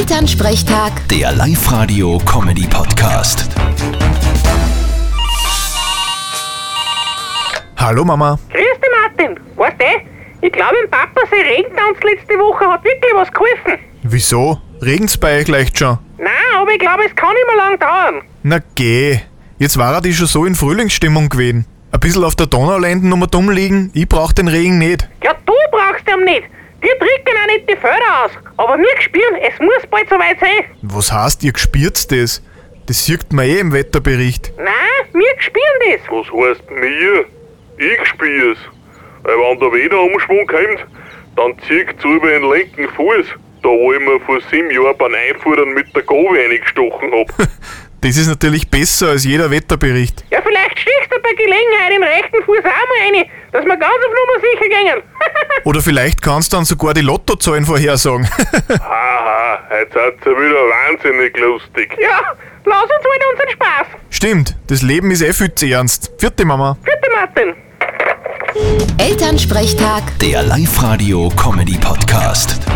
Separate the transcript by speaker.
Speaker 1: Elternsprechtag,
Speaker 2: Der Live-Radio-Comedy-Podcast.
Speaker 3: Hallo Mama.
Speaker 4: Grüß dich, Martin. Weißt du, ich glaube, im Papa sein Regentanz letzte Woche hat wirklich was geholfen.
Speaker 3: Wieso? Regen's bei euch leicht schon?
Speaker 4: Nein, aber ich glaube, es kann nicht mehr lang dauern.
Speaker 3: Na geh. Jetzt war er die schon so in Frühlingsstimmung gewesen. Ein bisschen auf der Donau landen und dumm liegen, ich brauch den Regen nicht.
Speaker 4: Ja, du brauchst ihn nicht. Die drücken auch nicht die Felder aus. Aber wir spüren, es muss bald soweit sein.
Speaker 3: Was heißt, ihr gespürt's das? Das sieht man eh im Wetterbericht.
Speaker 4: Nein, wir spüren das.
Speaker 5: Was heißt mir? Ich spür's. Weil wenn der Wetterumschwung kommt, dann zieht's über den linken Fuß. Da wo ich mir vor sieben Jahren beim Einfahren mit der Gabel reingestochen hab.
Speaker 3: Das ist natürlich besser als jeder Wetterbericht.
Speaker 4: Ja, vielleicht stichst du bei Gelegenheit im rechten Fuß auch mal rein, dass wir ganz auf Nummer sicher gingen.
Speaker 3: Oder vielleicht kannst du dann sogar die Lottozahlen vorhersagen.
Speaker 5: Haha, jetzt hat's ja wieder wahnsinnig lustig.
Speaker 4: ja, lass uns heute unseren Spaß.
Speaker 3: Stimmt, das Leben ist eh viel zu ernst. Vierte Mama.
Speaker 4: Bitte, Martin.
Speaker 1: Elternsprechtag.
Speaker 2: Der Live-Radio-Comedy-Podcast.